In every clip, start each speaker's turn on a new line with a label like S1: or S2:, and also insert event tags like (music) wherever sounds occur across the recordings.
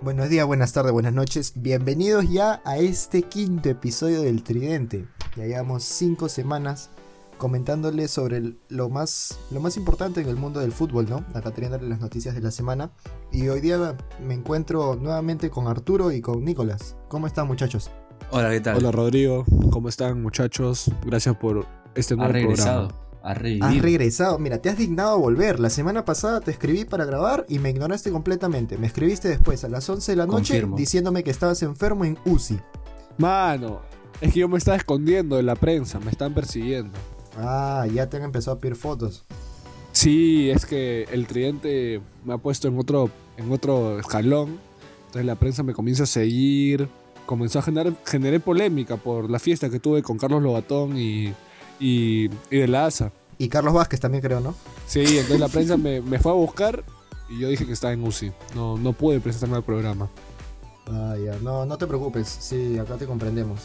S1: Buenos días, buenas tardes, buenas noches. Bienvenidos ya a este quinto episodio del Tridente. Ya llevamos cinco semanas comentándoles sobre el- lo, más, lo más importante en el mundo del fútbol, ¿no? Acá teniéndole las noticias de la semana. Y hoy día me encuentro nuevamente con Arturo y con Nicolás. ¿Cómo están, muchachos?
S2: Hola, ¿qué tal?
S3: Hola Rodrigo, ¿cómo están muchachos? Gracias por este
S2: ha
S3: nuevo
S2: regresado.
S3: programa.
S2: Ha
S1: Has
S2: revivido.
S1: regresado, mira, te has dignado a volver. La semana pasada te escribí para grabar y me ignoraste completamente. Me escribiste después a las 11 de la noche
S2: Confirmo.
S1: diciéndome que estabas enfermo en UCI.
S3: Mano, es que yo me estaba escondiendo de la prensa, me están persiguiendo.
S1: Ah, ya te han empezado a pedir fotos.
S3: Sí, es que el tridente me ha puesto en otro, en otro escalón. Entonces la prensa me comienza a seguir. Comenzó a generar, generé polémica por la fiesta que tuve con Carlos Lobatón y, y, y de la ASA.
S1: Y Carlos Vázquez también creo, ¿no?
S3: Sí, entonces la prensa me, me fue a buscar y yo dije que estaba en UCI. No, no pude presentarme al programa.
S1: Ah, ya. No, no te preocupes. Sí, acá te comprendemos.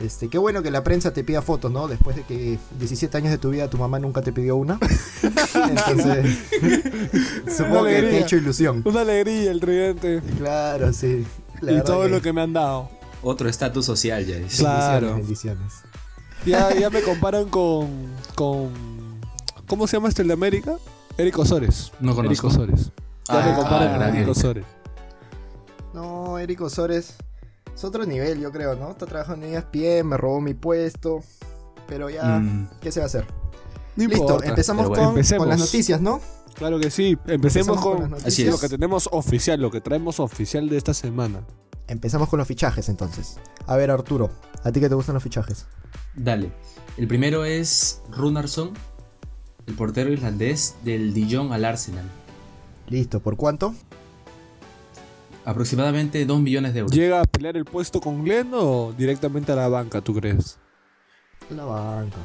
S1: Este, qué bueno que la prensa te pida fotos, ¿no? Después de que 17 años de tu vida tu mamá nunca te pidió
S3: (laughs)
S1: una. Entonces, supongo que te ha
S3: Alegría.
S1: hecho ilusión.
S3: Una alegría el tridente.
S1: Claro, sí. La
S3: y
S1: verdad
S3: todo lo que me han dado.
S2: Otro estatus social ya. dice.
S3: Claro.
S1: Bendiciones.
S3: Ya, ya me comparan con, con. ¿Cómo se llama este el de América? Eric Osores.
S2: No conozco.
S3: Eric Osores. Ya
S1: Ah,
S3: me comparan
S1: gran
S3: con Eric
S2: Eric.
S3: Osores.
S1: No, Eric Osores es otro nivel, yo creo, ¿no? Está trabajando en E ESPN, me robó mi puesto. Pero ya,
S2: Mm,
S1: ¿qué se va a hacer?
S3: No
S1: Listo,
S3: importa.
S1: empezamos
S2: pero bueno,
S1: con,
S3: empecemos.
S1: con las noticias, ¿no?
S3: Claro que sí. Empecemos, con,
S1: las
S2: Así
S3: lo
S2: es.
S3: que tenemos oficial, lo que traemos oficial de esta semana.
S1: Empezamos con los fichajes entonces. A ver, Arturo, ¿a ti que te gustan los fichajes?
S2: dale. El primero es Runarsson, el portero irlandés del Dijon al Arsenal.
S1: Listo, ¿por cuánto?
S2: Aproximadamente 2 millones de euros.
S3: ¿Llega a pelear el puesto con Glenn o directamente a la banca, tú crees?
S1: La banca.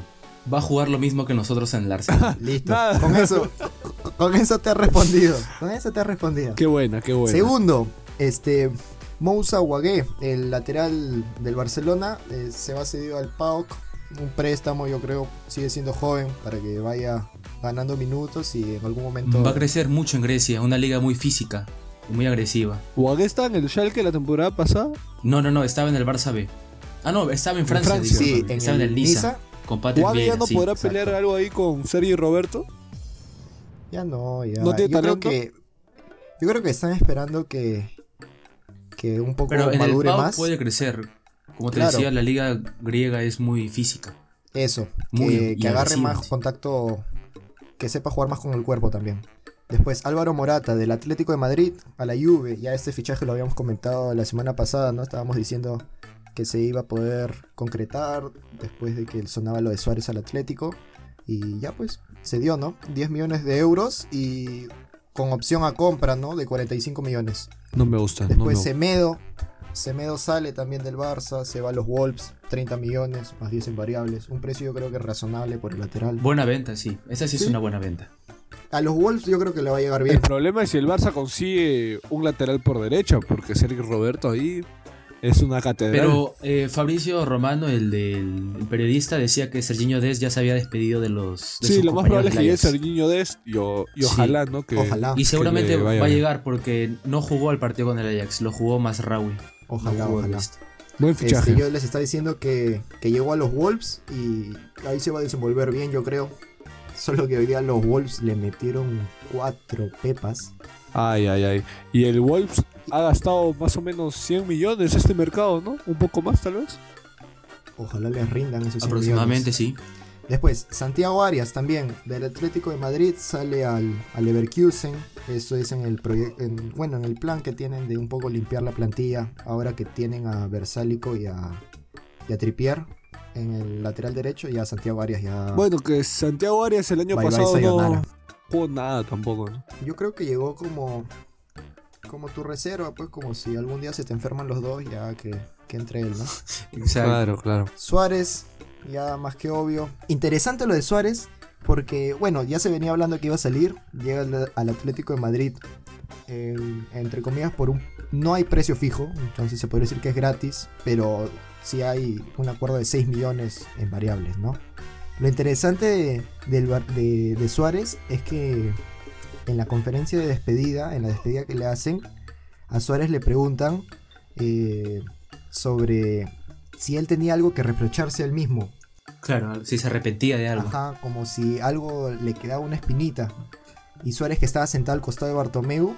S2: Va a jugar lo mismo que nosotros en el
S3: (laughs)
S2: Arsenal.
S1: Listo.
S3: Nada.
S1: Con eso, con- con eso te has respondido. Con eso te has respondido.
S3: Qué buena, qué buena.
S1: Segundo, este Moussa Wagué, el lateral del Barcelona, eh, se va cedido al PAOK. Un préstamo, yo creo, sigue siendo joven para que vaya ganando minutos y en algún momento.
S2: Va a crecer mucho en Grecia, una liga muy física y muy agresiva.
S3: ¿Wague está en el Schalke la temporada pasada?
S2: No, no, no, estaba en el Barça B. Ah, no, estaba en Francia.
S3: Francia.
S2: disculpa.
S1: Sí, en
S2: estaba en
S1: el
S2: el Niza.
S1: Niza.
S2: Con Patrick
S3: ¿Wague ya
S2: Vieira,
S3: no
S2: sí,
S3: podrá
S2: exacto.
S3: pelear algo ahí con Sergio Roberto?
S1: Ya no, ya.
S3: ¿No tiene
S1: yo creo
S3: talento?
S1: que. Yo creo que están esperando que. Que un poco
S2: Pero en el
S1: madure
S2: PAOK
S1: más.
S2: puede crecer. Como te
S1: Claro.
S2: decía, la liga griega es muy física.
S1: Eso.
S2: Muy
S1: Que,
S2: y
S1: que agarre
S2: agresivo,
S1: más
S2: sí.
S1: contacto. Que sepa jugar más con el cuerpo también. Después, Álvaro Morata, del Atlético de Madrid a la Juve. Ya este fichaje lo habíamos comentado la semana pasada, ¿no? Estábamos diciendo que se iba a poder concretar después de que sonaba lo de Suárez al Atlético. Y ya pues, se dio, ¿no? 10 millones de euros y con opción a compra, ¿no? De 45 millones.
S3: No me gusta. Ah, no me
S1: Después
S3: gusta.
S1: Semedo. Semedo sale también del Barça, se va a los Wolves, 30 millones, más 10 en variables. Un precio yo creo que razonable por el lateral.
S2: Buena venta, sí. Esa sí, es una buena venta.
S1: A los Wolves yo creo que le va a llegar
S3: El
S1: bien.
S3: problema es si el Barça consigue un lateral por derecha, porque Sergio Roberto ahí es una catedral.
S2: Pero eh, Fabricio Romano, el del el periodista, decía que Serginho Des ya se había despedido de los. de
S3: sí,
S2: sus
S3: lo más probable
S2: compañeros
S3: es que llegue
S2: del Ajax.
S3: Serginho Dest y, o- y
S2: Sí,
S3: ojalá, ¿no? Que,
S1: ojalá.
S2: Y
S3: que
S2: seguramente
S3: le
S2: va
S3: vaya
S2: a
S3: bien.
S2: llegar porque no jugó al partido con el Ajax, lo jugó más Raúl.
S1: Ojalá, ojalá.
S3: Buen
S1: Este,
S3: fichaje.
S1: yo les estaba diciendo que, que llegó a los Wolves y ahí se va a desenvolver bien yo creo. Solo que hoy día los Wolves le metieron cuatro pepas.
S3: Ay, ay, ay. Y el Wolves ha gastado más o menos 100 millones este mercado, ¿no? Un poco más, tal vez.
S1: Ojalá les rindan esos 100
S2: Aproximadamente
S1: millones.
S2: sí.
S1: Después, Santiago Arias también, del Atlético de Madrid, sale al, al Leverkusen. Eso es en el proyecto, bueno, en el plan que tienen de un poco limpiar la plantilla, ahora que tienen a Versálico y a, y a Tripier en el lateral derecho, y a Santiago Arias ya...
S3: Bueno, que Santiago Arias el año
S1: Ah. Bye, bye,
S3: pasado
S1: sayonara.
S3: no jugó nada tampoco, ¿no?
S1: Yo creo que llegó como, como tu reserva, pues como si algún día se te enferman los dos, ya que, que entre él, ¿no?
S2: Exacto.
S3: claro.
S1: Suárez, ya más que obvio. Interesante lo de Suárez, porque, bueno, ya se venía hablando que iba a salir. Llega al, al Atlético de Madrid, eh, entre comillas, por un. No hay precio fijo, entonces se podría decir que es gratis, pero sí hay un acuerdo de 6 millones en variables, ¿no? Lo interesante de, del Bar- de- de Suárez es que en la conferencia de despedida, en la despedida que le hacen, a Suárez le preguntan eh, sobre si él tenía algo que reprocharse a él mismo.
S2: Claro, si se arrepentía de algo.
S1: Ajá, como si algo le quedaba una espinita. Y Suárez, que estaba sentado al costado de Bartomeu,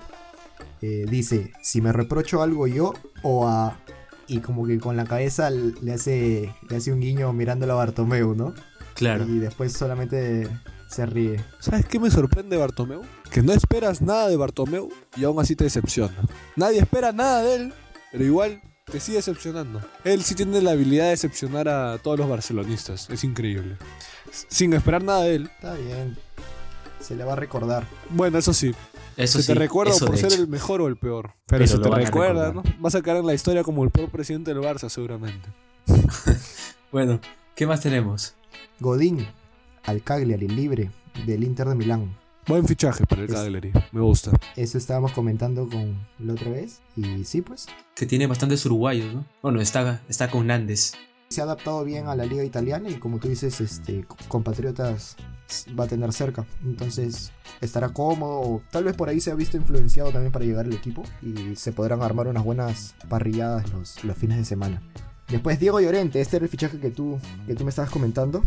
S1: eh, dice, si me reprocho algo yo o a... Y como que con la cabeza le hace, le hace un guiño mirándolo a Bartomeu, ¿no?
S2: Claro.
S1: Y después solamente se ríe.
S3: ¿Sabes qué me sorprende Bartomeu? Que no esperas nada de Bartomeu y aún así te decepciona. Nadie espera nada de él, pero igual te sigue decepcionando. Él sí tiene la habilidad de decepcionar a todos los barcelonistas. Es increíble. Sin esperar nada de él.
S1: Está bien. Se le va a recordar.
S3: Bueno, eso sí.
S2: Eso
S3: se
S2: sí,
S3: te recuerda
S2: eso
S3: por
S2: de
S3: ser
S2: hecho.
S3: el mejor o el peor. Pero,
S2: Pero
S3: se
S2: lo
S3: te
S2: van a
S3: recuerda, ¿no?
S2: recordar.
S3: Vas a quedar en la historia como el peor presidente del Barça, seguramente.
S2: Bueno, ¿qué más tenemos?
S1: Godín, al Cagliari, libre del Inter de Milán.
S3: Buen fichaje para el
S1: Es-
S3: Cagliari. Me gusta.
S1: Eso estábamos comentando con la otra vez. Y sí, pues.
S2: Que tiene bastantes uruguayos, ¿no? Bueno, está, está con Nández.
S1: Se ha adaptado bien a la liga italiana y como tú dices, este, compatriotas va a tener cerca. Entonces estará cómodo. o tal vez por ahí se ha visto influenciado también para llegar al equipo. Y se podrán armar unas buenas parrilladas los, los fines de semana. Después Diego Llorente, este era el fichaje que tú, que tú me estabas comentando.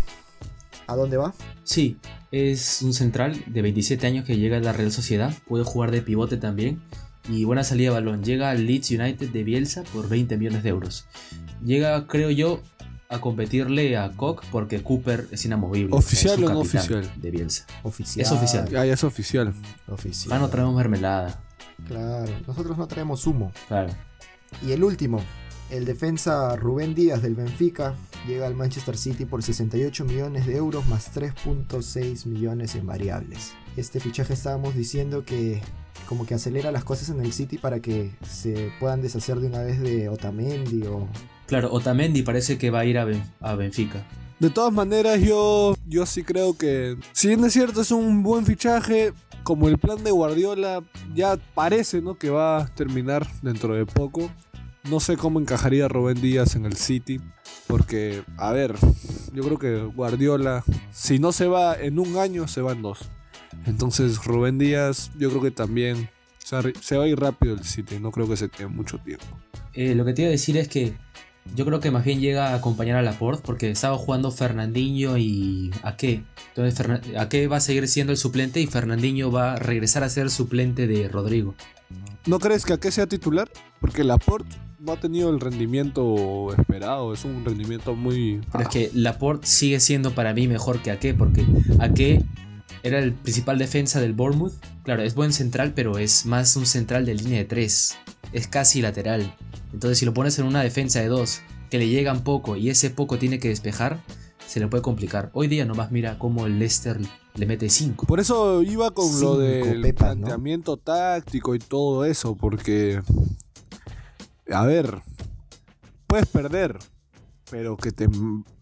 S1: ¿A dónde va?
S2: Sí, es un central de 27 años que llega a la Real Sociedad, puede jugar de pivote también y buena salida de balón. Llega al Leeds United de Bielsa por 20 millones de euros. Llega, creo yo, a competirle a Koch porque Cooper es inamovible.
S3: ¿Oficial
S2: es su
S3: o no
S2: capitán
S3: oficial?
S2: De Bielsa.
S1: Oficial.
S2: Es oficial.
S3: Ya, ya es oficial.
S1: Oficial.
S2: Ah, no traemos mermelada.
S1: Claro, nosotros no traemos humo.
S2: Claro.
S1: Y el último, el defensa Rubén Díaz del Benfica llega al Manchester City por 68 millones de euros más 3.6 millones en variables. Este fichaje estábamos diciendo que como que acelera las cosas en el City para que se puedan deshacer de una vez de Otamendi o...
S2: Claro, Otamendi parece que va a ir a, Ben- a Benfica.
S3: De todas maneras, yo, yo sí creo que, si bien es cierto, es un buen fichaje, como el plan de Guardiola ya parece ¿no? que va a terminar dentro de poco, no sé cómo encajaría Rubén Díaz en el City, porque, a ver, yo creo que Guardiola, si no se va en un año, se va en dos. Entonces, Rubén Díaz, yo creo que también se arri- se va a ir rápido el City, no creo que se quede mucho tiempo.
S2: Eh, lo que te iba a decir es que yo creo que más bien llega a acompañar a Laporte porque estaba jugando Fernandinho y Ake. Entonces Fernan- Ake va a seguir siendo el suplente y Fernandinho va a regresar a ser suplente de Rodrigo.
S3: ¿No crees que Ake sea titular? Porque Laporte no ha tenido el rendimiento esperado, es un rendimiento muy...
S2: Pero es
S3: Ah,
S2: que Laporte sigue siendo para mí mejor que Ake porque Ake era el principal defensa del Bournemouth. Claro, es buen central, pero es más un central de línea de 3. Es casi lateral. Entonces si lo pones en una defensa de 2 que le llegan poco y ese poco tiene que despejar, se le puede complicar. Hoy día nomás mira cómo el Leicester le mete 5.
S3: Por eso iba con lo
S1: Cinco
S3: del
S1: pepas, ¿no?
S3: planteamiento táctico y todo eso, porque... A ver, puedes perder, pero que te,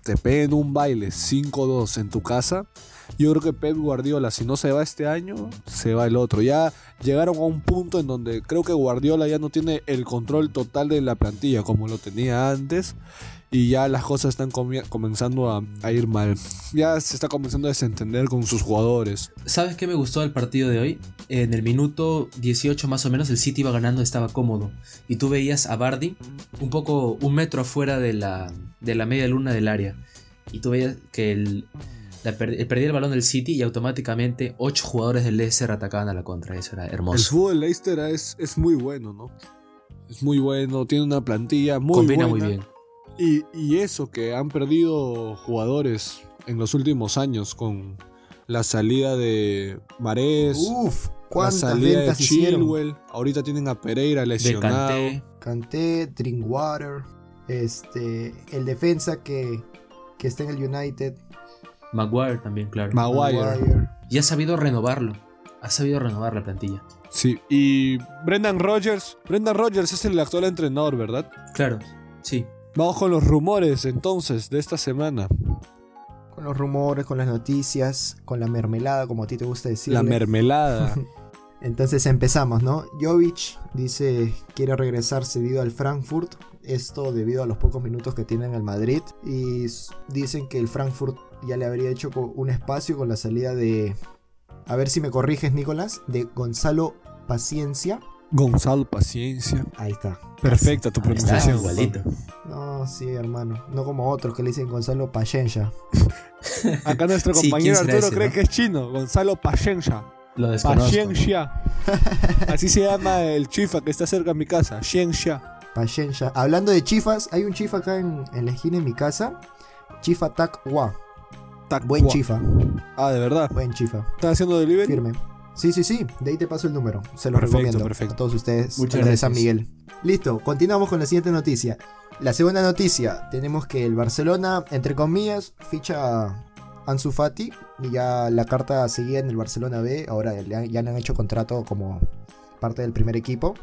S3: te peguen un baile 5-2 en tu casa. Yo creo que Pep Guardiola, si no se va este año, se va el otro. Ya llegaron a un punto en donde creo que Guardiola ya no tiene el control total de la plantilla como lo tenía antes. Y ya las cosas están comi- comenzando a, a ir mal. Ya se está comenzando a desentender con sus jugadores.
S2: ¿Sabes qué me gustó del partido de hoy? En el minuto 18 más o menos el City iba ganando, estaba cómodo. Y tú veías a Bardi un poco, un metro afuera de la, de la media luna del área. Y tú veías que el, la per- eh, perdía el balón del City y automáticamente 8 jugadores del Leicester atacaban a la contra. Eso era
S3: El
S2: hermoso.
S3: fútbol de Leicester es, es muy bueno, ¿no? Es muy bueno, tiene una plantilla muy
S2: Combina
S3: buena.
S2: muy bien.
S3: Y, y eso que han perdido jugadores en los últimos años con la salida de Marés,
S2: Uh,
S1: Uf,
S3: la
S1: cuántas
S3: salida de
S1: ventas hicieron.
S3: Chilwell. Ahorita tienen a Pereira
S2: De
S3: lesionado.
S2: Kanté.
S1: Kanté, Drinkwater, este, el defensa que, que está en el United,
S2: Maguire también, claro.
S3: Maguire.
S1: Maguire.
S2: y ha sabido renovarlo. Ha sabido renovar la plantilla.
S3: Sí, y Brendan Rodgers. Brendan Rodgers es el actual entrenador, ¿verdad?
S2: Claro, sí.
S3: Vamos con los rumores entonces de esta semana.
S1: Con los rumores, con las noticias, con la mermelada, como a ti te gusta decir.
S2: (laughs)
S3: la mermelada.
S1: Entonces empezamos, ¿no? Jovic dice quiere regresar cedido al Frankfurt. Esto debido a los pocos minutos que tiene en el Madrid. Y s- dicen que el Frankfurt ya le habría hecho co- un espacio con la salida de. A ver si me corriges, Nicolás. De Gonzalo Paciencia
S3: Gonzalo Paciencia.
S1: Ahí está.
S3: Perfecta tu
S2: Ahí está,
S3: pronunciación.
S2: igualito.
S1: No, sí, hermano. No como otros que le dicen Gonzalo Payenja.
S3: Acá nuestro
S2: Sí, ¿quién
S3: compañero
S2: será
S3: Arturo
S2: ese,
S3: cree
S2: no?
S3: que es chino. Gonzalo Paciencia.
S2: Lo desconozco.
S3: Paciencia. Así se llama el chifa que está cerca de mi casa. Ciencia.
S1: Payenja. Hablando de chifas, hay un chifa acá en, en la esquina de mi casa. Chifa Tac Wa.
S3: Tac,
S1: Buen
S3: gua.
S1: chifa,
S3: Ah, de verdad.
S1: buen chifa.
S3: ¿Estás haciendo delivery?
S1: Firme. Sí, sí, sí. De ahí te paso el número. Se lo
S3: Perfecto,
S1: recomiendo
S3: perfecto.
S1: a todos ustedes.
S2: Muchas
S1: al de San
S2: gracias.
S1: Miguel. Listo, continuamos con la siguiente noticia. La segunda noticia, tenemos que el Barcelona, entre comillas, ficha a Ansu Fati. Y ya la carta seguía en el Barcelona B. Ahora le han- ya le han hecho contrato como parte del primer equipo.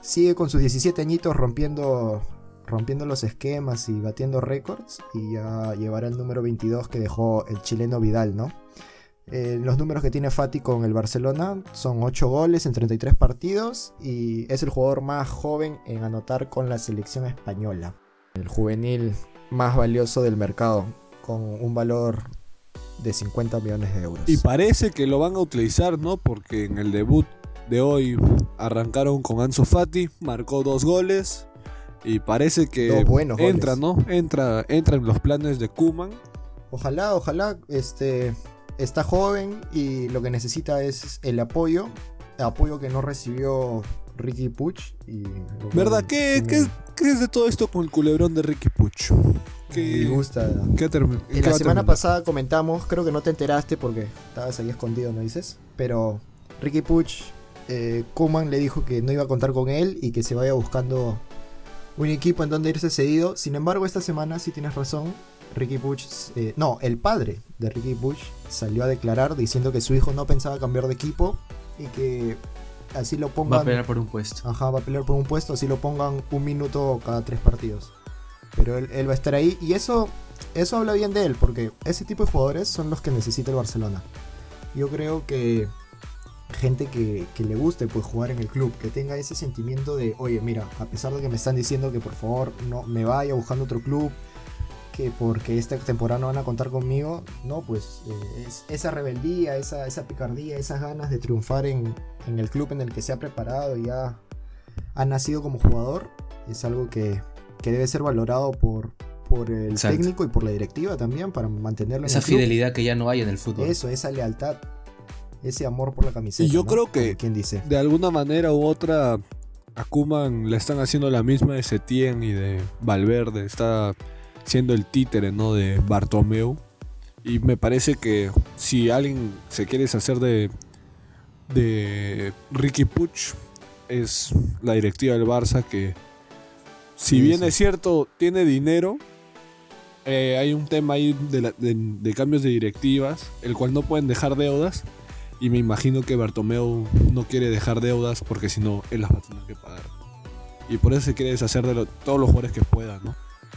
S1: Sigue con sus 17 añitos rompiendo, rompiendo los esquemas y batiendo récords. Y ya llevará el número 22 que dejó el chileno Vidal, ¿no? Eh, los números que tiene Fati con el Barcelona son 8 goles en 33 partidos y es el jugador más joven en anotar con la selección española. El juvenil más valioso del mercado, con un valor de 50 millones de euros.
S3: Y parece que lo van a utilizar, ¿no? Porque en el debut de hoy arrancaron con Ansu Fati, marcó dos goles y parece que
S1: Dos buenos goles.
S3: entra, ¿no? Entra, entra en los planes de Kuman.
S1: Ojalá, ojalá, este, está joven y lo que necesita es el apoyo, apoyo que no recibió Ricky Puch. Y lo que
S3: ¿Verdad? ¿Qué,
S1: sí me-
S3: qué, qué es de todo esto con el culebrón de Ricky Pucho?
S1: me
S3: ¿Qué,
S1: gusta?
S3: qué ha termi-
S1: En
S3: qué
S1: la
S3: va
S1: semana
S3: a terminar?
S1: pasada comentamos, creo que no te enteraste porque estabas ahí escondido, ¿no dices? Pero Ricky Puch, eh, Koeman le dijo que no iba a contar con él y que se vaya buscando un equipo en donde irse cedido. Sin embargo, esta semana, si tienes razón, Ricky Puch, eh, no, el padre de Ricky Puch salió a declarar diciendo que su hijo no pensaba cambiar de equipo y que así lo
S2: Va a
S1: pongan
S2: pelear por un puesto.
S1: Ajá, va a pelear por un puesto, así lo pongan un minuto cada tres partidos. Pero él, él va a estar ahí y eso, eso habla bien de él, porque ese tipo de jugadores son los que necesita el Barcelona. Yo creo que gente que, que le guste pues, jugar en el club, que tenga ese sentimiento de, oye, mira, a pesar de que me están diciendo que por favor no me vaya buscando otro club, que porque esta temporada no van a contar conmigo, no, pues eh, es- esa rebeldía, esa, esa picardía, esas ganas de triunfar en, en el club en el que se ha preparado y ha, ha nacido como jugador, es algo que, que debe ser valorado por, por el
S2: Exacto.
S1: técnico y por la directiva también para mantenerlo
S2: Esa
S1: en el club.
S2: fidelidad que ya no hay en el fútbol.
S1: Eso, esa lealtad, ese amor por la camiseta.
S3: Y yo
S1: ¿no?
S3: creo que-
S1: ¿Quién dice?
S3: De alguna manera u otra, a Kuman le están haciendo la misma de Setien y de Valverde. Está siendo el títere, ¿no? De Bartomeu. Y me parece que si alguien se quiere deshacer de, de Ricky Puch, es la directiva del Barça que, si
S1: Sí,
S3: bien
S1: sí.
S3: es cierto, tiene dinero, eh, hay un tema ahí de, la- de- de cambios de directivas, el cual no pueden dejar deudas. Y me imagino que Bartomeu no quiere dejar deudas porque si no, él las va a tener que pagar. Y por eso se quiere deshacer de lo- todos los jugadores que pueda, ¿no?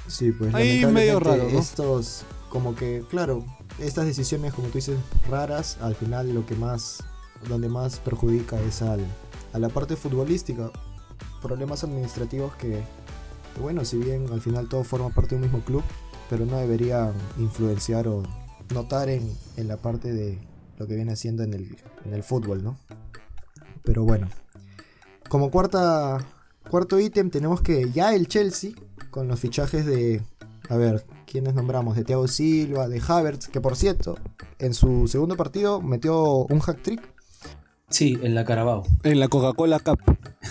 S1: Sí, pues
S3: Ahí medio
S1: lamentablemente,
S3: raro, ¿no?
S1: Estos, como que, claro, estas decisiones, como tú dices, raras, al final lo que más, donde más perjudica es al, a la parte futbolística. Problemas administrativos que, que, bueno, si bien al final todo forma parte de un mismo club, pero no deberían influenciar o notar en, en la parte de lo que viene haciendo en el, en el fútbol, ¿no? Pero bueno, como cuarta, cuarto ítem tenemos que ya el Chelsea con los fichajes de. A ver, ¿quiénes nombramos? De Thiago Silva, de Havertz, que por cierto, en su segundo partido metió un hack trick
S2: Sí, en la Carabao.
S3: En la Coca-Cola Cup.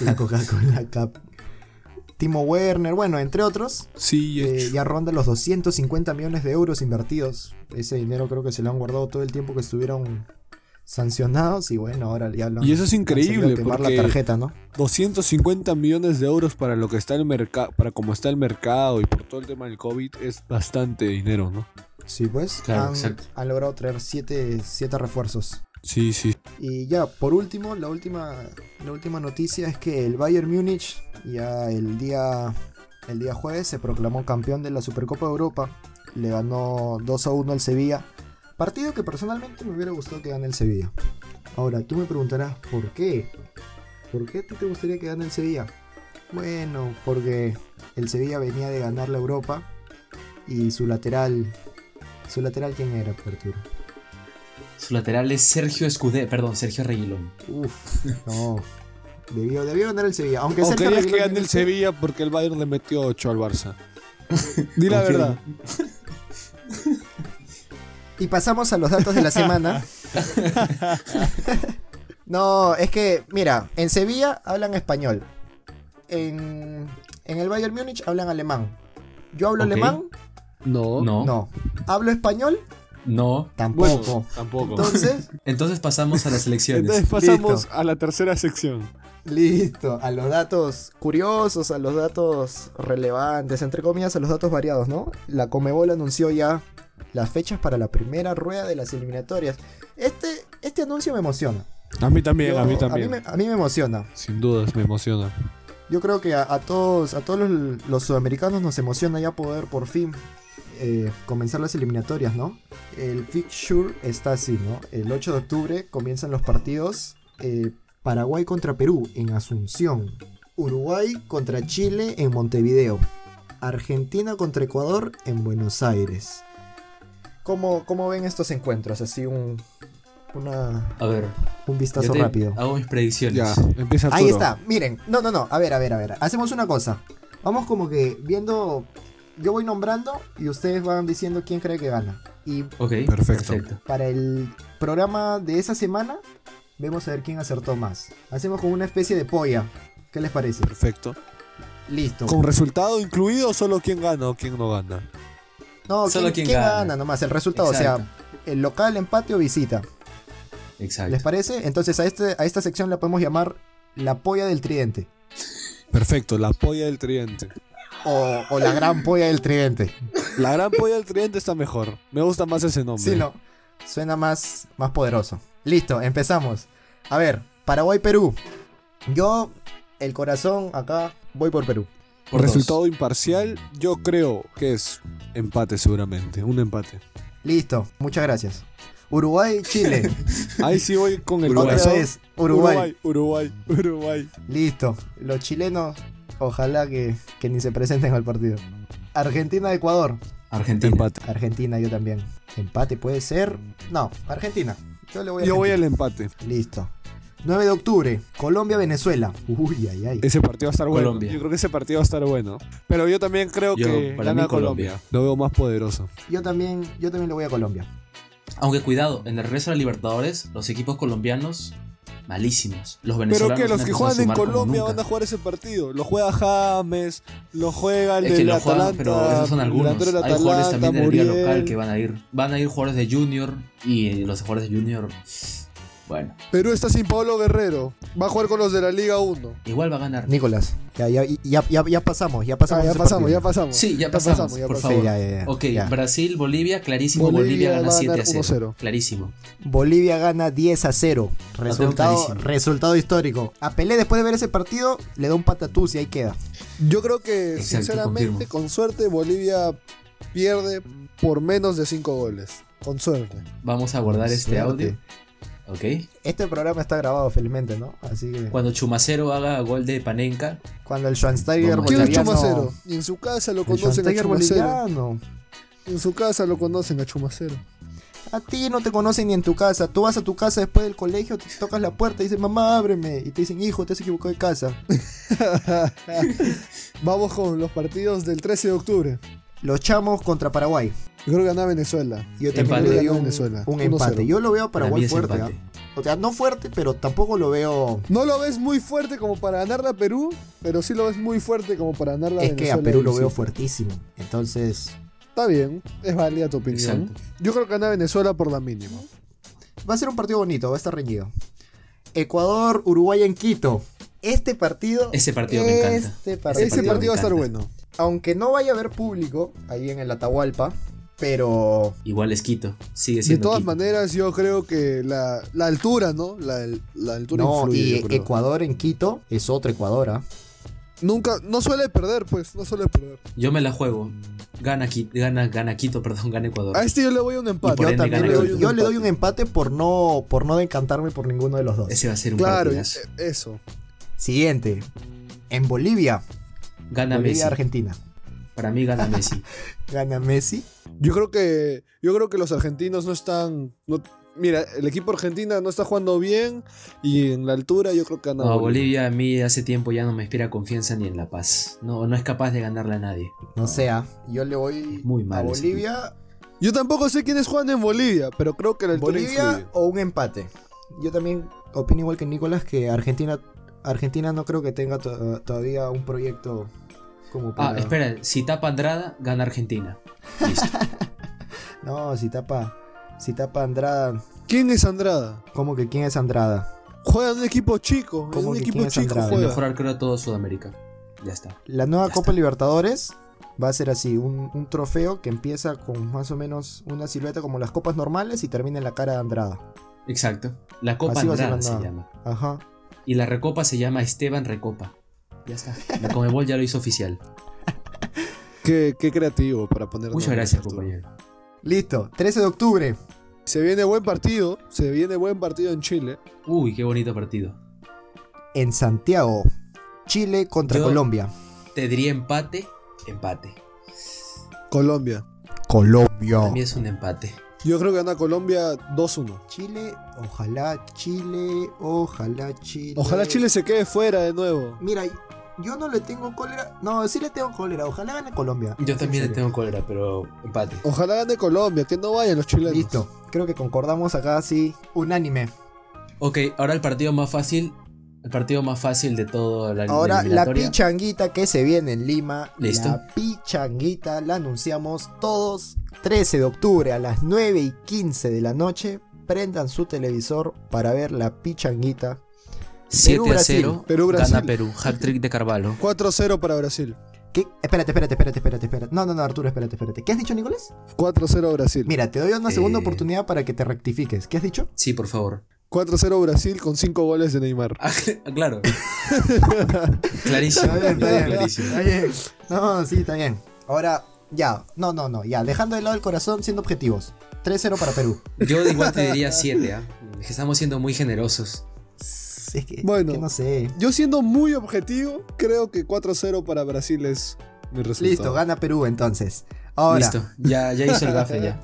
S1: y la
S3: (laughs)
S1: Coca-Cola Cup. Timo Werner, bueno, entre otros,
S3: Sí,
S1: eh,
S3: es-
S1: ya ronda los 250 millones de euros invertidos. Ese dinero creo que se lo han guardado todo el tiempo que estuvieron sancionados y bueno, ahora ya lo han-
S3: Y eso es
S1: han salido a
S3: increíble
S1: quemar
S3: porque
S1: la tarjeta, ¿no?
S3: 250 millones de euros para lo que está el mercado, para cómo está el mercado y por todo el tema del COVID es bastante dinero, ¿no?
S1: Sí, pues
S2: Claro,
S1: han,
S2: exacto.
S1: han logrado traer 7 refuerzos.
S3: Sí, sí.
S1: Y ya, por último, la última, la última noticia es que el Bayern Múnich ya el día, el día jueves se proclamó campeón de la Supercopa de Europa. Le ganó 2 a 1 al Sevilla. Partido que personalmente me hubiera gustado que gane el Sevilla. Ahora, tú me preguntarás, ¿por qué? ¿Por qué a ti te gustaría que gane el Sevilla? Bueno, porque el Sevilla venía de ganar la Europa y su lateral... ¿Su lateral quién era, Arturo?
S2: Su lateral es Sergio Escudé, perdón, Sergio Reguilón.
S1: Uf, (laughs) no. Debió, debió ganar el Sevilla. Aunque
S3: ¿O
S1: Sergio
S3: querías que
S1: Reguilón-
S3: gane el Sevilla porque el Bayern le metió 8 al
S1: (laughs)
S3: Barça? Di la
S2: Confirmo.
S3: verdad.
S1: Y pasamos a los datos de la
S3: (laughs)
S1: semana. no, es que, mira, en Sevilla hablan español. En, en el Bayern Múnich hablan alemán. ¿Yo hablo
S2: Ok.
S1: alemán?
S3: No.
S2: No, no.
S1: No. ¿Hablo español?
S3: Bueno,
S1: Tampoco.
S3: tampoco.
S1: Entonces,
S2: Entonces pasamos
S3: (laughs)
S2: a las
S3: Entonces
S2: elecciones.
S3: pasamos
S1: Listo.
S3: a la tercera sección.
S1: listo. A los datos curiosos, a los datos relevantes, entre comillas, a los datos variados, ¿no? La Comebol anunció ya las fechas para la primera rueda de las eliminatorias. Este, este anuncio me emociona.
S3: A mí también,
S1: Yo-
S3: a mí también.
S1: me- a mí me emociona.
S3: Sin dudas me emociona.
S1: Yo creo que a, a todos, a todos los, los sudamericanos nos emociona ya poder por fin eh, comenzar las eliminatorias, ¿no? El fixture está así, ¿no? El 8 de octubre comienzan los partidos eh, Paraguay contra Perú en Asunción, Uruguay contra Chile en Montevideo, Argentina contra Ecuador en Buenos Aires. ¿Cómo, cómo ven estos encuentros? Así un, una-
S2: A ver,
S1: un
S2: yo
S1: vistazo
S2: te
S1: rápido.
S2: hago mis
S3: Ya,
S2: predicciones.
S3: empieza Arturo.
S1: Ahí está, miren. No, no, no. A ver, a ver, a ver. Hacemos una cosa. Vamos como que viendo. Yo voy nombrando y ustedes van diciendo quién cree que gana. Y
S2: Ok,
S3: Perfecto.
S1: para el programa de esa semana, vemos a ver quién acertó más. Hacemos como una especie de polla. ¿Qué les parece?
S3: Perfecto.
S1: Listo.
S3: ¿Con resultado incluido o solo quién gana o quién no gana?
S1: No,
S2: Solo
S1: ¿quién,
S2: quién
S1: quién
S2: gana.
S1: gana? nomás. El resultado, o
S2: Exacto.
S1: sea, el local, empate o visita. ¿Les
S2: Exacto.
S1: parece? Entonces a, este, a esta sección la podemos llamar la polla del tridente.
S3: Perfecto, la polla del tridente.
S1: O, o la gran polla del tridente.
S3: La gran polla del tridente está mejor. Me gusta más ese nombre.
S1: Sí, no. Suena más, más poderoso. Listo, empezamos. A ver, Paraguay-Perú. Yo, el corazón acá, voy por Perú.
S2: Por dos.
S3: resultado imparcial, yo creo que es empate seguramente, un empate.
S1: Listo, muchas gracias. Uruguay-Chile.
S3: Ahí sí voy con el
S2: Uruguay.
S1: Otra
S3: corazón.
S1: vez, Uruguay.
S3: Uruguay, Uruguay, Uruguay.
S1: Listo. Los chilenos, ojalá que, que ni se presenten al partido. Argentina-Ecuador.
S2: Argentina.
S3: Empate.
S1: Argentina, yo también. Empate puede ser. No, Argentina. Yo le voy a.
S3: Yo voy al
S1: Argentina.
S3: empate.
S1: Listo. 9 de octubre, Colombia-Venezuela. Uy, ay, ay.
S3: Ese partido va a estar bueno.
S2: Colombia.
S3: Yo creo que ese partido va a estar bueno. Pero yo también creo
S2: Yo,
S3: que
S2: para
S3: gana
S2: mí, Colombia.
S3: Colombia. Lo veo más poderoso.
S1: Yo también, yo también le voy a Colombia.
S2: Aunque cuidado, en el resto de la Libertadores, los equipos colombianos, malísimos. Los
S3: Pero
S2: venezolanos.
S3: que los
S2: no
S3: que
S2: empiezan a
S3: juegan en
S2: sumar como
S3: Colombia
S2: nunca.
S3: van a jugar ese partido. Lo juega James, lo juega el
S2: Es
S3: del
S2: que lo juegan,
S3: Atalanta.
S2: pero esos son
S3: el
S2: algunos.
S3: delantero del
S2: Hay jugadores
S3: Atalanta,
S2: también de la liga
S3: Muriel.
S2: local que van a ir. Van a ir jugadores de Junior y eh, los jugadores de Junior. Bueno,
S3: Perú está sin Pablo Guerrero. Va a jugar con los de la Liga 1.
S2: igual va a ganar.
S1: Nicolás, ya, ya, ya, ya, ya pasamos, ya pasamos.
S3: Ah, ya
S1: ese
S3: pasamos, ya
S1: partido.
S3: pasamos.
S2: Sí, ya
S3: Ya
S2: pasamos,
S3: pasamos, ya
S2: por
S3: pasamos.
S2: favor.
S1: Sí, ya, ya, ya,
S2: ok,
S1: ya.
S2: Brasil, Bolivia, clarísimo.
S3: Bolivia
S2: Bolivia,
S3: va
S2: gana
S3: a
S2: 7
S3: ganar
S2: a 0.
S3: 1-0.
S2: Clarísimo.
S1: Bolivia gana 10 a 0. Resultado,
S2: clarísimo.
S1: resultado histórico. A Pelé, después de ver ese partido, le da un patatús y ahí queda.
S3: Yo creo que,
S2: Exacto,
S3: sinceramente,
S2: confirmo.
S3: con suerte, Bolivia pierde por menos de 5 goles. Con suerte.
S2: Vamos a guardar este
S1: Suerte.
S2: audio. Ok.
S1: Este programa está grabado, felizmente, ¿no? Así que
S2: Cuando Chumacero haga gol de Panenka,
S1: cuando el Schwansteiger
S2: Vamos.
S3: ¿Quién es
S1: boliviano-
S3: Chumacero? Y en su casa lo
S1: El
S3: conocen a
S1: Schwansteiger
S3: Chumacero.
S1: boliviano.
S3: En su casa lo conocen a Chumacero.
S1: A ti no te conocen ni en tu casa. Tú vas a tu casa después del colegio, te tocas la puerta y dices, mamá, ábreme. Y te dicen, hijo, te has equivocado de casa.
S3: Vamos con los partidos del 13 de octubre.
S1: Los chamos contra Paraguay.
S3: Yo creo que gana Venezuela.
S1: Yo también
S2: Empate.
S1: le doy un,
S3: Venezuela.
S1: un
S3: 1-0.
S1: empate. Yo lo veo a
S2: para mí
S1: Paraguay
S2: es
S1: fuerte.
S2: empate.
S1: ¿ah? O sea, no fuerte, pero tampoco lo veo.
S3: No lo ves muy fuerte como para ganarla a Perú, pero sí lo ves muy fuerte como para ganarla a
S1: Es que
S3: Venezuela.
S1: a Perú lo
S3: Sí.
S1: veo fuertísimo. Entonces,
S3: Está bien, es válida tu opinión.
S2: Exacto.
S3: Yo creo que gana Venezuela por la mínima.
S1: va a ser un partido bonito, va a estar reñido. Ecuador, Uruguay en Quito. Este partido.
S2: Ese partido me encanta.
S1: Este
S2: Ese
S1: partido.
S3: Ese partido,
S2: partido
S3: va a estar
S2: me
S3: bueno.
S1: Aunque no vaya a haber público ahí en el Atahualpa, pero.
S2: Igual es Quito. Sigue
S3: De
S2: siendo
S3: todas
S2: Quito.
S3: maneras, yo creo que la, la altura, ¿no? La, la altura
S1: No,
S3: influye,
S1: y
S3: yo creo.
S1: Ecuador en Quito es otro Ecuador. ¿ah?
S3: Nunca, no suele perder, pues, no suele perder.
S2: Yo me la juego. Gana, Qui- gana, gana Quito, (laughs) perdón, gana Ecuador.
S3: A este yo le voy a un empate.
S2: por
S1: Yo
S2: ende
S1: también
S2: gana
S1: le doy,
S2: Ecuador.
S1: yo le doy un empate por no, por no decantarme por ninguno de los dos.
S2: Ese va a ser un
S3: Claro,
S2: partidazo.
S3: e- eso.
S1: Siguiente. En Bolivia.
S2: Gana Messi.
S1: Bolivia-Argentina.
S2: Para mí
S3: (laughs)
S2: gana Messi.
S1: Gana Messi.
S3: Yo creo que yo creo que los argentinos no están no, mira, el equipo argentino no está jugando bien y en la altura yo creo que gana
S2: No, Bolivia a mí hace tiempo ya no me inspira confianza ni en La Paz. No, no es capaz de ganarle a nadie.
S1: No sea, yo le voy
S2: Es muy
S1: a
S2: malo ese
S1: Bolivia,
S3: Yo tampoco sé quiénes juegan en Bolivia, pero creo que la altura influye.
S1: Bolivia o un empate. Yo también opino igual que Nicolás que Argentina Argentina no creo que tenga to- todavía un proyecto como
S2: Ah,
S1: para-
S2: espera, si tapa Andrada, gana Argentina.
S1: No, si tapa si tapa Andrada,
S3: ¿Quién es Andrada?
S1: como que quién es Andrada?
S3: Juega en un equipo chico. En
S1: ¿Cómo
S3: un
S1: que
S3: equipo
S1: quién es
S3: chico
S1: Andrada?
S2: El
S1: Joder.
S3: juega.
S2: mejor arquero de toda Sudamérica. Ya está.
S1: La nueva
S2: Ya
S1: Copa
S2: está.
S1: Libertadores va a ser así, un, un trofeo que empieza con más o menos una silueta como las copas normales y termina en la cara de Andrada.
S2: Exacto. La Copa
S1: Así va a ser
S2: Andrada se
S1: Andrada.
S2: llama.
S1: Ajá.
S2: Y la recopa se llama Esteban Recopa. Ya está. La Comebol ya lo hizo oficial.
S3: Qué, qué creativo para poner.
S2: Muchas
S3: nombres,
S2: gracias,
S3: Arturo.
S2: compañero.
S1: Listo, 13 de octubre.
S3: Se viene buen partido. Se viene buen partido en Chile.
S2: Uy, qué bonito partido.
S1: en Santiago, Chile contra
S2: Yo-
S1: Colombia.
S2: Te diría empate, empate.
S3: Colombia.
S1: Colombia.
S2: Para mí es un empate.
S3: Yo creo que gana Colombia 2-1.
S1: Chile, ojalá Chile, ojalá Chile.
S3: Ojalá Chile se quede fuera de nuevo.
S1: Mira, yo no le tengo cólera. No, sí le tengo cólera. Ojalá gane Colombia.
S2: Yo también le
S1: En serio.
S2: tengo cólera, pero empate.
S3: Ojalá gane Colombia, que no vayan los chilenos.
S1: Listo. Creo que concordamos acá así, unánime.
S2: Ok, ahora el partido más fácil. El partido más fácil de todo la
S1: Ahora la
S2: eliminatoria.
S1: pichanguita que se viene en Lima.
S2: Listo.
S1: La pichanguita la anunciamos todos 13 de octubre a las 9 y 15 de la noche. Prendan su televisor para ver la pichanguita
S2: 7 a
S1: Perú-Brasil.
S2: 0.
S3: Perú-Brasil.
S2: gana Perú. Hat trick de Carvalho.
S3: 4-0 para Brasil.
S1: ¿Qué? Espérate, espérate, espérate, espérate, espérate. No, no, no, Arturo, espérate, espérate. ¿Qué has dicho, Nicolás?
S3: 4-0 Brasil.
S1: Mira, te doy una segunda
S2: Eh.
S1: oportunidad para que te rectifiques. ¿Qué has
S2: (laughs)
S1: dicho?
S2: Sí, por favor.
S3: 4-0 Brasil con 5 goles de Neymar.
S2: Ah, claro. clarísimo.
S1: Está bien, está bien.
S2: clarísimo.
S1: Está bien. No, sí, está bien. Ahora, ya, no, no, no, ya, dejando de lado el corazón, siendo objetivos. 3-0 para
S2: (laughs)
S1: Perú.
S2: Yo igual te diría 7, ¿ah? Es que estamos siendo muy generosos.
S1: Es que,
S3: Bueno.
S1: es que no sé.
S3: Yo siendo muy objetivo, creo que 4-0 para Brasil es mi resultado.
S1: Listo, gana Perú entonces. Ahora,
S2: Listo. Ya, ya hizo el gafe
S1: (laughs)
S2: ya.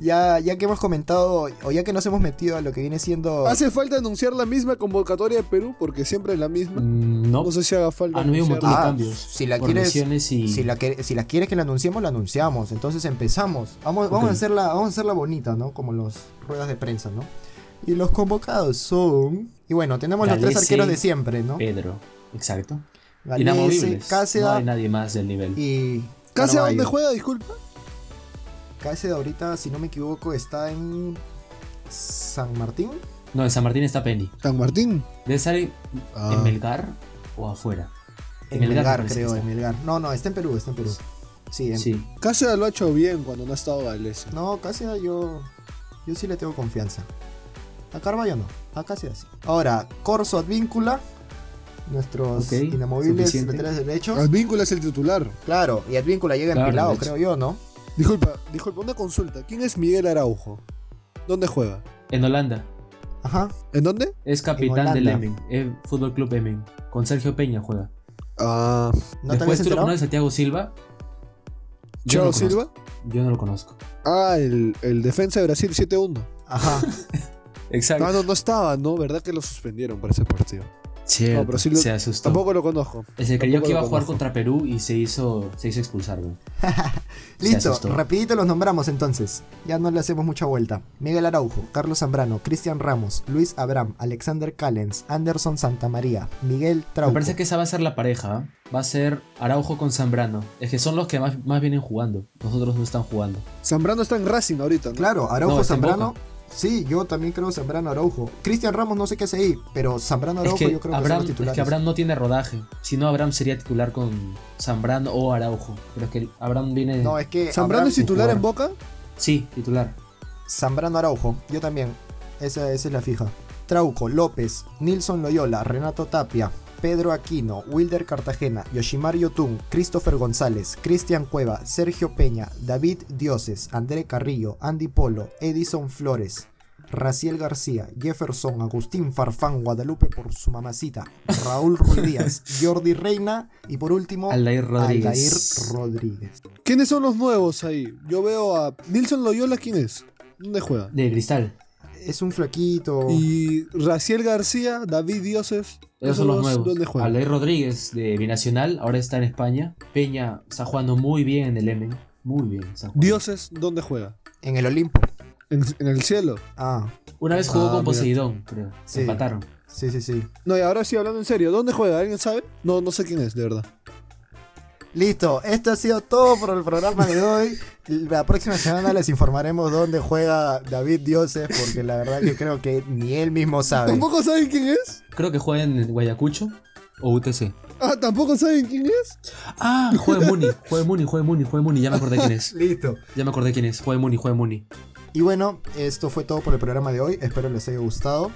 S1: ya, ya que hemos comentado, o ya que nos hemos metido a lo que viene siendo.
S2: Ah,
S3: Hace falta anunciar la misma convocatoria de Perú porque siempre es la misma.
S2: Mm, No.
S3: No sé si haga falta.
S2: Ah, no hay un montón de
S1: Pues, Ah,
S2: cambios.
S1: si la
S2: por
S1: quieres-
S2: lesiones y...
S1: Si la, que- si la quieres que la anunciemos, la anunciamos. Entonces empezamos. Vamos, vamos,
S2: Ok.
S1: a hacerla, vamos a hacerla bonita, ¿no? Como las ruedas de prensa, ¿no? Y los convocados son. Y bueno, tenemos los tres
S2: Galese,
S1: arqueros de siempre, ¿no?
S2: Pedro. Exacto.
S1: Galese,
S2: Inamovibles. No
S1: Cáceda
S2: hay nadie más del nivel.
S1: y.
S3: Casi a
S1: Caraballo.
S3: dónde juega, disculpa.
S1: Cáceda ahorita, si no me equivoco, está en. San Martín.
S2: No, en San Martín está Penny.
S3: San Martín.
S2: Debe estar en
S3: Ah.
S2: en Melgar o afuera.
S1: En
S2: Melgar,
S1: Melgar,
S2: parece que
S1: creo,
S2: está.
S1: en Melgar. No, no, está en Perú, está en Perú. Sí, en-
S2: Sí.
S3: Cáceres lo ha hecho bien cuando no ha estado Galese.
S1: No, Cáceres yo. Yo sí le tengo confianza. A Carballo no. A Cáceres sí. Ahora, Corso Advíncula. Nuestros
S2: Ok,
S1: inamovibles
S2: suficiente.
S1: laterales derechos.
S3: Advíncula es el titular.
S1: Claro, y Advíncula llega
S2: Claro,
S1: empilado,
S2: de hecho.
S1: creo yo, ¿no?
S3: Disculpa, disculpa, una consulta. ¿Quién es Miguel Araujo? ¿Dónde juega?
S2: En Holanda.
S1: Ajá.
S3: ¿En dónde?
S2: Es
S1: En
S2: capitán
S1: Holanda.
S2: del Emming. eh, Fútbol Club Emming. Con Sergio Peña juega.
S3: Ah,
S1: ¿No te habías
S2: Después tú lo
S1: enterado?
S2: conoces, Santiago Silva. Yo no
S3: Chao
S2: lo
S3: Silva.
S2: conozco. Yo no lo conozco.
S3: Ah, el, el defensa de Brasil 7-1.
S1: Ajá.
S2: Exacto.
S3: Ah, no, no estaba, ¿no? ¿Verdad que lo suspendieron para ese partido?
S2: Cierto,
S3: No, pero sí lo-
S2: se asustó.
S3: Tampoco lo conozco.
S2: se creyó
S3: tampoco
S2: que iba a
S3: lo
S2: jugar
S3: conozco.
S2: contra Perú y se hizo, se hizo expulsar, güey. (laughs) Se
S1: Listo,
S2: asustó.
S1: rapidito los nombramos entonces. Ya no le hacemos mucha vuelta. Miguel Araujo, Carlos Zambrano, Cristian Ramos, Luis Abraham, Alexander Callens, Anderson Santamaría, Miguel
S2: Me
S1: Trauco.
S2: parece que esa va a ser la pareja. ¿eh? Va a ser Araujo con Zambrano. Es que son los que más, más vienen jugando. Nosotros no están jugando.
S3: Zambrano está en Racing ahorita, ¿no?
S1: Claro, Araujo
S2: No, está en
S1: Zambrano. Sí, yo también creo Zambrano Araujo. Cristian Ramos no sé qué es ahí, pero Zambrano Araujo
S2: es que,
S1: yo creo que son
S2: Abraham,
S1: los
S2: es
S1: titulares.
S2: que Abraham no tiene rodaje. Si no, Abraham sería titular con Zambrano o Araujo. Pero es que Abraham viene.
S1: no, es que
S3: ¿Zambrano
S1: Abraham-
S3: es titular
S2: jugador.
S3: en Boca?
S2: Sí, titular.
S1: Zambrano Araujo, yo también. Esa, esa es la fija. Trauco, López, Nilson Loyola, Renato Tapia, Pedro Aquino, Wilder Cartagena, Yoshimar Yotun, Christopher González, Cristian Cueva, Sergio Peña, David Dioses, André Carrillo, Andy Polo, Edison Flores, Raciel García, Jefferson, Agustín Farfán, Guadalupe por su mamacita, Raúl Ruiz Díaz, Jordi Reina y por último
S2: Aldair Rodríguez.
S1: Aldair Rodríguez.
S3: ¿Quiénes son los nuevos ahí? Yo veo a. ¿Nilson Loyola quién es? ¿Dónde juega?
S2: De cristal.
S1: Es un flaquito.
S3: Y Raciel García, David Dioses,
S2: Esos son los
S3: dos,
S2: nuevos.
S3: ¿Dónde juegan?
S2: Aldair Rodríguez de Binacional, ahora está en España. Peña está jugando muy bien en el M. Muy bien. está jugando.
S3: Dioses, ¿dónde juega?
S1: En el Olimpo.
S3: En, en el cielo.
S1: Ah,
S2: Una vez jugó
S3: Ah,
S2: con
S3: mira.
S2: Poseidón, creo. Se
S1: Sí.
S2: empataron.
S1: sí, sí, sí.
S3: No, y ahora sí, hablando en serio, ¿dónde juega? ¿Alguien sabe? No, no sé quién es, de verdad.
S1: Listo, esto ha sido todo por el programa de hoy. La próxima semana les informaremos dónde juega David Dioses, porque la verdad que creo que ni él mismo sabe.
S3: ¿Tampoco saben quién es?
S2: Creo que juega en Guayacucho o UTC.
S3: Ah, ¿tampoco saben quién es?
S2: Ah, juega en Muni, juega en Muni, juega en Muni, juega en Muni. Ya me acordé quién es.
S1: Listo.
S2: Ya me acordé quién es. Juega en Muni, juega en Muni.
S1: Y bueno, esto fue todo por el programa de hoy. Espero les haya gustado.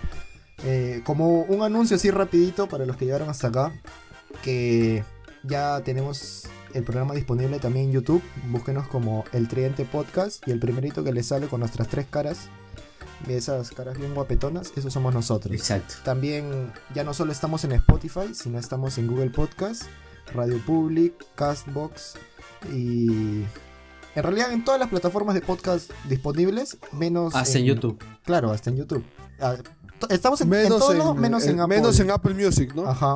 S1: Eh, como un anuncio así rapidito para los que llegaron hasta acá, que ya tenemos el programa disponible también en YouTube. Búsquenos como El Tridente Podcast y el primerito que les sale con nuestras tres caras, de esas caras bien guapetonas, esos somos nosotros.
S2: Exacto.
S1: También ya no solo estamos en Spotify, sino estamos en Google Podcast, Radio Public, Castbox y en realidad en todas las plataformas de podcast disponibles, menos
S2: Hasta en YouTube.
S1: Claro, hasta en YouTube. Ah, to- Estamos en, en
S3: Menos
S1: todo,
S3: en,
S1: ¿no? menos en,
S3: eh,
S1: Apple.
S3: menos en Apple Music, ¿no?
S2: Ah.
S1: Ajá.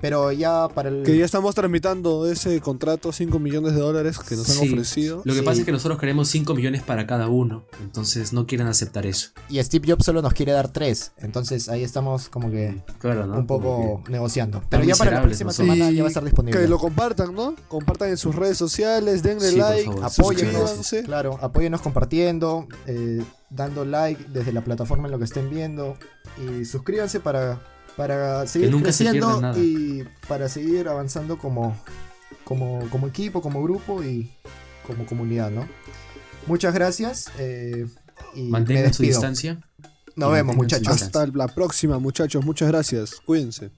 S1: Pero ya para el
S3: Que ya estamos tramitando ese contrato, 5 millones de dólares que nos han
S2: Sí.
S3: ofrecido.
S2: Lo que
S1: Sí.
S2: pasa es que nosotros queremos 5 millones para cada uno. Entonces no quieren aceptar eso.
S1: y Steve Jobs solo nos quiere dar tres, entonces ahí estamos como que
S2: Claro, ¿no?
S1: un poco
S2: Ah, Como
S1: negociando. Pero ya para la
S2: miserables
S1: próxima
S2: nosotros.
S1: semana
S3: Y
S1: ya va a estar disponible.
S3: Que lo compartan, ¿no? Compartan en sus redes sociales, denle
S2: Sí, por
S3: like,
S2: favor.
S1: apóyennos,
S3: suscríbanse.
S1: claro, apóyennos compartiendo, eh, dando like desde la plataforma en lo que estén viendo y suscríbanse para, para seguir
S2: nunca se
S1: creciendo
S2: pierdan nada.
S1: y para seguir avanzando como, como, como equipo, como grupo y como comunidad, ¿no? Muchas gracias eh, y
S2: que
S1: me
S2: Mantengan su
S1: despido.
S2: distancia.
S1: Nos vemos,
S2: mantengan su
S1: muchachos.
S2: distancia.
S3: Hasta la próxima, muchachos. Muchas gracias. Cuídense.